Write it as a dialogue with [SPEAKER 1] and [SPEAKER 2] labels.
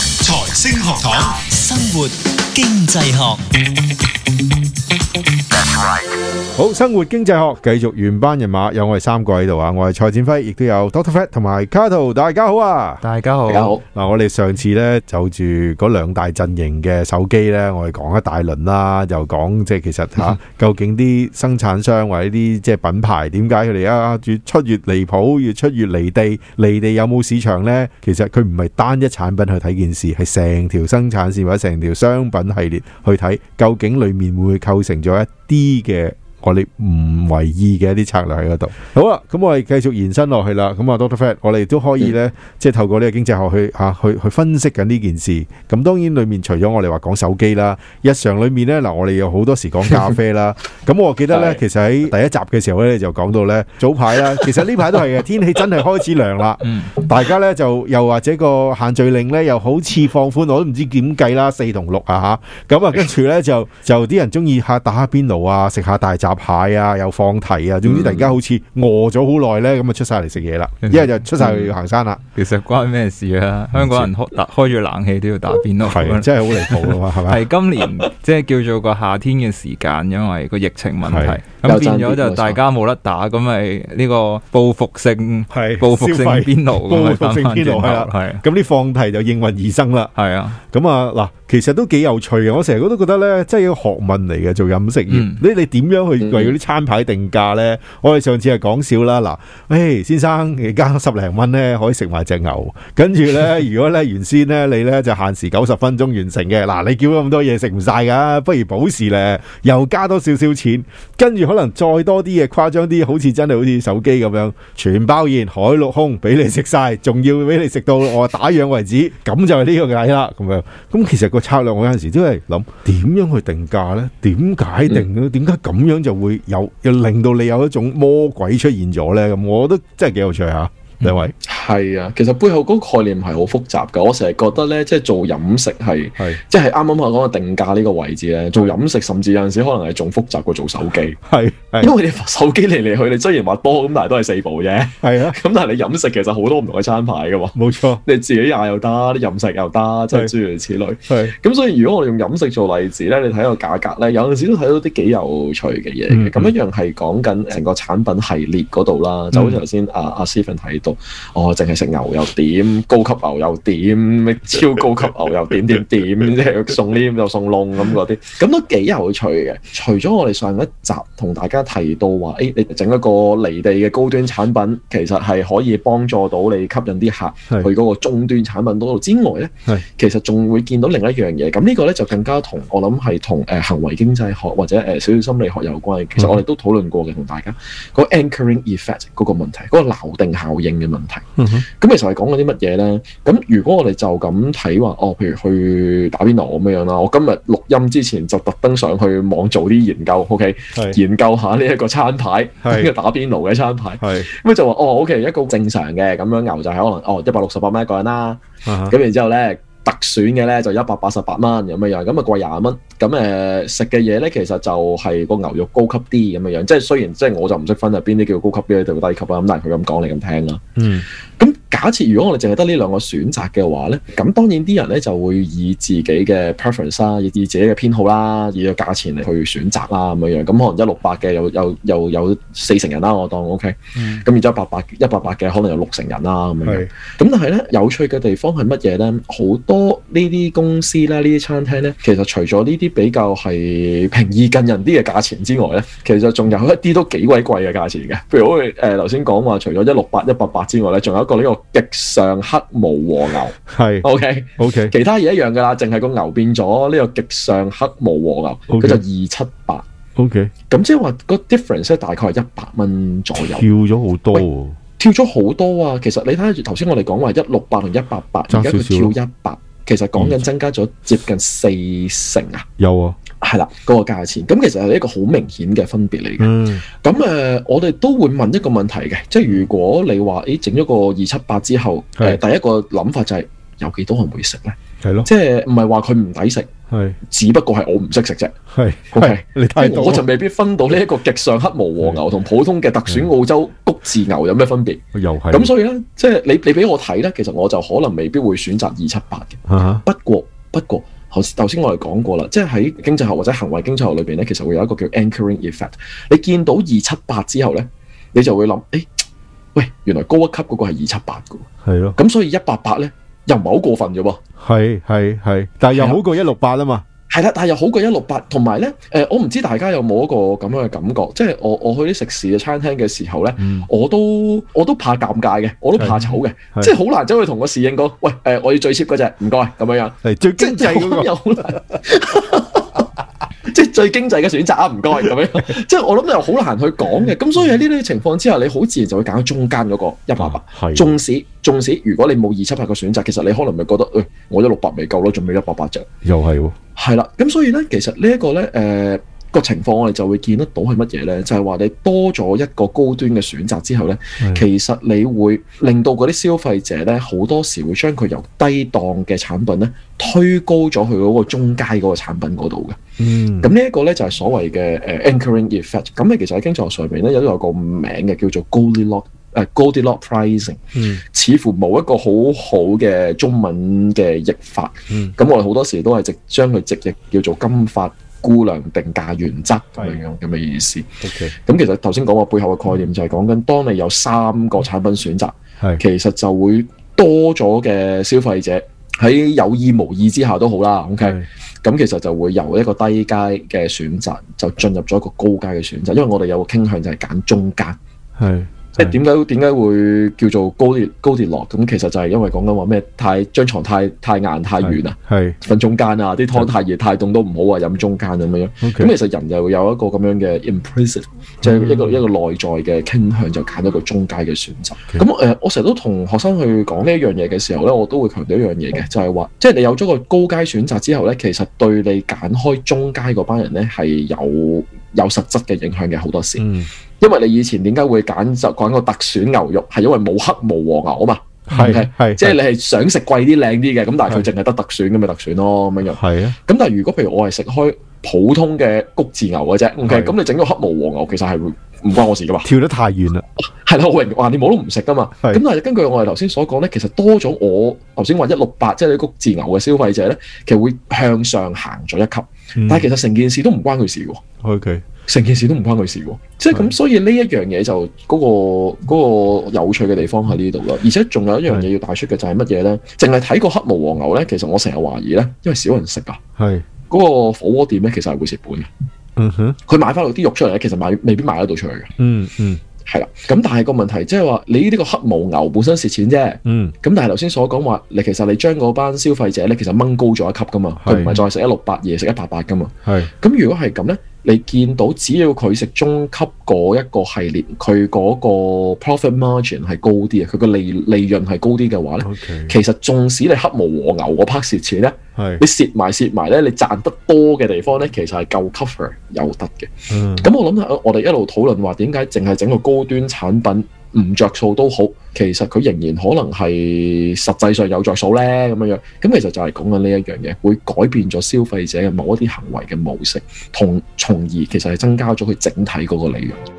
[SPEAKER 1] 星學堂，
[SPEAKER 2] 生活經濟學，
[SPEAKER 3] 好，生活經濟學繼續原班人馬，有我哋三個喺度啊！我係蔡展輝，亦都有 Doctor Fat 同埋 Cato，大家好啊！
[SPEAKER 4] 大家好，
[SPEAKER 5] 大家好，
[SPEAKER 3] 嗱，我哋上次咧就住嗰兩大陣營嘅手機咧，我哋講一大輪啦，又講即係其實吓、 究竟啲生產商或者啲即係品牌點解佢哋啊越出越離譜，越出越離地，離地有冇市場咧？其實佢唔係單一產品去睇件事，係成條生產線或者成條商品系列去睇，究竟裡面會唔會構成咗一啲嘅。我哋唔為意嘅一啲策略喺嗰度。好啦，咁我哋繼續延伸落去啦。咁啊，Doctor Fat，我哋都可以呢，即係透過呢個經濟學去嚇、啊去去分析緊呢件事。咁當然裡面除咗我哋話講手機啦，日常裡面呢，嗱，我哋有好多時講咖啡啦。咁我記得呢，
[SPEAKER 5] 係
[SPEAKER 3] 其實喺第一集嘅時候呢，就講到呢，早排啦，其實呢排都係嘅，天氣真係開始涼啦。
[SPEAKER 4] 嗯，
[SPEAKER 3] 大家咧就又或者個限聚令咧又好似放寬，我都唔知點計啦，四同六啊吓，咁啊跟住咧就就啲人中意下打下邊爐啊，食下大閘蟹啊，又放題啊，總之突然間好似餓咗好耐咧，咁啊出晒嚟食嘢啦，一係就出晒去行山啦，
[SPEAKER 4] 其實關咩事啊？香港人開開住冷氣都要打邊爐，
[SPEAKER 3] 係啊真係好離譜啊嘛，係咪？
[SPEAKER 4] 嗯哦 係今 年即係叫做個夏天嘅時間，因為個疫情問題，咁
[SPEAKER 5] 又
[SPEAKER 4] 變
[SPEAKER 5] 爭
[SPEAKER 4] 咗
[SPEAKER 5] 啲
[SPEAKER 4] 就
[SPEAKER 5] 冇錯
[SPEAKER 4] 大家冇得打，咁咪呢個報復性
[SPEAKER 3] 係
[SPEAKER 4] 報復性
[SPEAKER 3] 消費
[SPEAKER 4] 邊爐，咁咪
[SPEAKER 3] 報復性
[SPEAKER 4] 翻返
[SPEAKER 3] 邊爐
[SPEAKER 4] 轉頭
[SPEAKER 3] 係啦
[SPEAKER 4] 係
[SPEAKER 3] 咁啲放題就應運而生啦。
[SPEAKER 4] 係啊，
[SPEAKER 3] 咁啊嗱，其實都幾有趣嘅。我成日都覺得咧，即係一個學問嚟嘅做飲食業。
[SPEAKER 4] 嗯
[SPEAKER 3] 你你點樣去
[SPEAKER 5] 嗯
[SPEAKER 3] 為嗰啲餐牌定價咧？我哋上次係講笑啦。嗱，誒、先生，你加十零蚊咧可以食埋只牛，跟住 咧如果咧原先咧你咧就限時九十分鐘完成嘅，嗱你叫咗咁多嘢食唔晒㗎，不如補時咧又加多少少錢，跟住可能再多啲嘢誇張啲，好似真係好似手機咁樣全包宴海陸空俾你食晒，仲要俾你食到我打烊為止，咁就係呢個計啦咁樣。咁其實個策略我有陣時都係諗點樣去定價呢？點解定咧？點解咁樣就會有又令到你有一種魔鬼出現咗呢？咁我覺得真係幾有趣嚇，兩位
[SPEAKER 5] 係啊，其實背後嗰個概念係好複雜㗎。我成日覺得咧，即係做飲食係，
[SPEAKER 3] 係
[SPEAKER 5] 即係啱啱我講嘅定價呢個位置咧，做飲食甚至有陣時可能係仲複雜過做手機，
[SPEAKER 3] 係係
[SPEAKER 5] 因為你手機嚟嚟去，你雖然話多咁，但係都係四部啫。
[SPEAKER 3] 係啊，
[SPEAKER 5] 咁但係你飲食其實好多唔同嘅餐牌㗎嘛，
[SPEAKER 3] 冇錯
[SPEAKER 5] 你自己嗌又得，你任食又得，即係諸如此類。
[SPEAKER 3] 係
[SPEAKER 5] 咁所以如果我哋用飲食做例子咧，你睇個價格咧，有陣時都睇到啲幾有趣嘅嘢
[SPEAKER 3] 嗯嗯
[SPEAKER 5] 嘅。咁、一樣係講緊成個產品系列嗰度啦，就好似頭先阿阿 Stephen 睇到，哦，淨係食牛又點，高級牛又點，咩超高級牛又點點點，即係送呢又送窿咁嗰啲，咁都幾有趣嘅。除咗我哋上一集同大家提到話，誒、你整一個離地嘅高端產品，其實係可以幫助到你吸引啲客
[SPEAKER 3] 係
[SPEAKER 5] 去嗰個中端產品嗰度之外咧。其實仲會見到另一樣嘢，咁呢個咧就更加同我諗係同誒行為經濟學或者誒少少心理學有關嘅。其
[SPEAKER 3] 嗯
[SPEAKER 5] 實我哋都討論過嘅，同大家個 anchoring effect 嗰個問題，嗰、個鬧定效應嘅問題。
[SPEAKER 3] 嗯
[SPEAKER 5] 咁其實係講緊啲乜嘢咧？咁如果我哋就咁睇話，哦，譬如去打邊爐咁樣樣啦，我今日錄音之前就特登上去網做啲研究，OK，
[SPEAKER 3] 係
[SPEAKER 5] 研究下呢一個餐牌，
[SPEAKER 3] 係
[SPEAKER 5] 呢個打邊爐嘅餐牌。
[SPEAKER 3] 係
[SPEAKER 5] 咁就話哦，OK，一個正常嘅咁樣牛就係可能哦一百六十八蚊一個人啦。
[SPEAKER 3] 啊
[SPEAKER 5] 咁然之後咧，特選嘅咧就一百八十八蚊咁樣樣，咁啊貴廿蚊。咁呃誒食嘅嘢咧，其實就係個牛肉高級啲咁樣樣，即係雖然即係我就唔識分啊邊啲叫高級，邊啲叫低級啦。咁但係佢咁講，你咁聽啦。
[SPEAKER 3] 嗯
[SPEAKER 5] 咁假設如果我哋淨係得呢兩個選擇嘅話咧，咁當然啲人咧就會以自己嘅 preference 啦，以自己嘅偏好啦，以個價錢嚟去選擇啦咁樣樣。咁可能一六八嘅有有有有四成人啦，我當 OK。
[SPEAKER 4] 嗯
[SPEAKER 5] 咁然之後八八一八八嘅可能有六成人啦咁樣樣
[SPEAKER 3] 係。
[SPEAKER 5] 咁但係咧有趣嘅地方係乜嘢咧？好多呢啲公司啦、呢啲餐廳咧，其實除咗呢啲比較係平易近人啲嘅價錢之外咧，其實仲有一啲都幾鬼貴嘅價錢嘅。譬如好似誒頭先講話，除咗一六八、一八八之外咧，仲有一個呢個極上黑毛和牛。
[SPEAKER 3] 係
[SPEAKER 5] OK，
[SPEAKER 3] OK
[SPEAKER 5] 其他嘢一樣㗎啦，淨係個牛變咗呢個極上黑毛和牛，
[SPEAKER 3] OK
[SPEAKER 5] 佢就二七八。
[SPEAKER 3] OK
[SPEAKER 5] 咁即係話個 difference 咧，大概係一百蚊左右
[SPEAKER 3] 跳。咗好多喎，
[SPEAKER 5] 跳咗好多啊！其實你睇下頭先我哋講話一六八同一八八，
[SPEAKER 3] 爭
[SPEAKER 5] 而家
[SPEAKER 3] 少少嗯咯
[SPEAKER 5] 佢跳一百，其實講緊增加咗接近四成啊！
[SPEAKER 3] 有啊，
[SPEAKER 5] 係啦，嗰、個價錢咁其實係一個好明顯嘅分別嚟嘅。
[SPEAKER 3] 嗯
[SPEAKER 5] 咁誒、呃我哋都會問一個問題嘅，即係如果你話誒整咗個二七八之後，誒、
[SPEAKER 3] 係
[SPEAKER 5] 第一個諗法就係、有幾多人會食咧？
[SPEAKER 3] 係咯，
[SPEAKER 5] 即係唔係話佢唔抵食，
[SPEAKER 3] 係
[SPEAKER 5] 只不過係我唔識食啫。
[SPEAKER 3] 係
[SPEAKER 5] OK
[SPEAKER 3] 係嗯你
[SPEAKER 5] 即
[SPEAKER 3] 睇
[SPEAKER 5] 係
[SPEAKER 3] 到
[SPEAKER 5] 我就
[SPEAKER 3] 啊
[SPEAKER 5] 未必分到呢一個極上黑毛和牛同普通嘅特選澳洲谷字牛有咩分別？
[SPEAKER 3] 又係
[SPEAKER 5] 咁所以咧，即係你你俾我睇咧，其實我就可能未必會選擇二七八嘅。
[SPEAKER 3] 啊
[SPEAKER 5] 不過不過頭頭先我哋講過啦，即係喺經濟學或者行為經濟學裏邊咧，其實會有一個叫 anchoring effect。你見到二七八之後咧，你就會諗，誒、喂，原來高一級嗰個係二七八嘅喎，
[SPEAKER 3] 系咯，
[SPEAKER 5] 咁所以一八八咧又唔係好過分嘅喎。
[SPEAKER 3] 系系系，但系又好過一六八啊嘛，
[SPEAKER 5] 係啦，但係又好過一六八，同埋咧，誒、我唔知大家有冇一個咁樣嘅感覺，即係我我去啲食肆嘅餐廳嘅時候咧，
[SPEAKER 3] 嗯
[SPEAKER 5] 我都我都怕尷尬嘅，我都怕醜嘅，
[SPEAKER 3] 係
[SPEAKER 5] 即係好難走去同個侍應講，喂，誒、我要最 cheap 嗰只，唔該，咁樣樣，
[SPEAKER 3] 系最
[SPEAKER 5] 即
[SPEAKER 3] 經濟
[SPEAKER 5] 係
[SPEAKER 3] 嗰個
[SPEAKER 5] 我諗又好難， 即係最經濟嘅選擇啊，唔該，咁樣，即係我諗又好難去講嘅，咁所以喺呢啲情況之下，你好自然就會揀中間嗰個一百八。
[SPEAKER 3] 係
[SPEAKER 5] 縱使縱使，如果你冇二七八個選擇，其實你可能咪覺得，誒、我一六八未夠咯，仲要一百八隻。
[SPEAKER 3] 又係喎，
[SPEAKER 5] 係啦，咁所以咧，其實呢一個咧，誒、個情況我哋就會見得到係乜嘢咧？就係、話你多咗一個高端嘅選擇之後咧，
[SPEAKER 3] 係
[SPEAKER 5] 其實你會令到嗰啲消費者咧，好多時會將佢由低檔嘅產品咧推高咗去嗰個中階嗰個產品嗰度嘅。
[SPEAKER 3] 嗯
[SPEAKER 5] 咁呢一個咧就係所謂嘅誒 anchoring effect。咁你其實喺經濟學上面咧，有有個名嘅叫做 Goldilocks 誒 Goldilocks pricing。
[SPEAKER 3] 嗯
[SPEAKER 5] 似乎冇一個好好嘅中文嘅譯法。咁、
[SPEAKER 3] 嗯
[SPEAKER 5] 我哋好多時都係直將佢直譯叫做金髮姑娘定價原則咁樣樣咁嘅意思。
[SPEAKER 3] ，OK，
[SPEAKER 5] 咁其實頭先講話背後嘅概念就係講緊，當你有三個產品選擇，
[SPEAKER 3] 係
[SPEAKER 5] 其實就會多咗嘅消費者喺有意無意之下都好啦。OK。
[SPEAKER 3] 係
[SPEAKER 5] 咁其實就會由一個低階嘅選擇，就進入咗一個高階嘅選擇，因為我哋有個傾向就係揀中間。
[SPEAKER 3] 係
[SPEAKER 5] 即係點解點解會叫做高跌高跌落？咁其實就係因為講緊話咩太張床太太硬太軟啊，
[SPEAKER 3] 係
[SPEAKER 5] 瞓中間啊，啲湯太熱太凍都唔好啊，飲中間咁樣。
[SPEAKER 3] OK 嗯
[SPEAKER 5] 咁其實人就會有一個咁樣嘅 implicit，即係一個一個內在嘅傾向，就揀一個中間嘅選擇。
[SPEAKER 3] OK
[SPEAKER 5] 咁誒、呃我成日都同學生去講呢一樣嘢嘅時候咧，我都會強調一樣嘢嘅，就係話，即係你有咗個高階選擇之後咧，其實對你揀開中階嗰班人咧係有有實質嘅影響嘅好多時。
[SPEAKER 3] 嗯
[SPEAKER 5] 因為你以前點解會揀就揀個特選牛肉，係因為冇黑冇黃牛啊嘛，
[SPEAKER 3] 係係，
[SPEAKER 5] 即係你係想食貴啲靚啲嘅，咁但係佢淨係得特選咁咪特選咯咁樣樣。
[SPEAKER 3] 係啊，
[SPEAKER 5] 咁但係如果譬如我係食開普通嘅谷字牛嘅啫
[SPEAKER 3] 係
[SPEAKER 5] ，OK，咁你整個黑毛黃牛其實係會唔關我事 噶嘛，
[SPEAKER 3] 跳得太遠啦，
[SPEAKER 5] 係啦，我明話你冇都唔食噶嘛。
[SPEAKER 3] 係
[SPEAKER 5] 咁但係根據我哋頭先所講咧，其實多咗我頭先話一六八，即係你谷字牛嘅消費者咧，其實會向上行咗一級，
[SPEAKER 3] 嗯
[SPEAKER 5] 但係其實成件事都唔關佢事嘅喎。
[SPEAKER 3] ，OK，
[SPEAKER 5] 成件事都唔關佢事喎，即係
[SPEAKER 3] 係
[SPEAKER 5] 咁，所以呢一樣嘢就嗰、個嗰個有趣嘅地方喺呢度啦。而且仲有一樣嘢要帶出嘅就係乜嘢咧？淨係睇個黑毛黃牛咧，其實我成日懷疑咧，因為少人食啊，
[SPEAKER 3] 係，
[SPEAKER 5] 嗰、個火鍋店咧其實係會蝕本嘅。
[SPEAKER 3] 嗯哼，
[SPEAKER 5] 佢買翻落啲肉出嚟咧，其實買未必賣得到出去嘅，
[SPEAKER 3] 嗯嗯
[SPEAKER 5] 係啦。咁但係個問題即係話，你呢個黑毛牛本身蝕錢啫。
[SPEAKER 3] 嗯，
[SPEAKER 5] 咁但係頭先所講話，你其實你將嗰班消費者咧，其實掹高咗一級噶嘛，佢唔
[SPEAKER 3] 係
[SPEAKER 5] 係再食一六八，而係食一八八噶嘛。
[SPEAKER 3] 係
[SPEAKER 5] 咁如果係咁呢，你見到只要佢食中級嗰一個系列，佢嗰個 profit margin 係高啲嘅，佢個利利潤係高啲嘅話呢，
[SPEAKER 3] ，OK，
[SPEAKER 5] 其實縱使你黑毛和牛嗰 part 蝕錢呢，
[SPEAKER 3] 係，
[SPEAKER 5] 你蝕埋蝕埋呢，你賺得多嘅地方呢，其實係夠 cover 有得嘅。
[SPEAKER 3] 嗯
[SPEAKER 5] 咁我諗下，我哋一路討論話點解淨係整個高端產品唔着數都好，其實佢仍然可能係實際上有着數呢。咁樣樣。咁其實就係講緊呢一樣嘢，會改變咗消費者嘅某一啲行為嘅模式，同從而其實係增加咗佢整體嗰個利潤。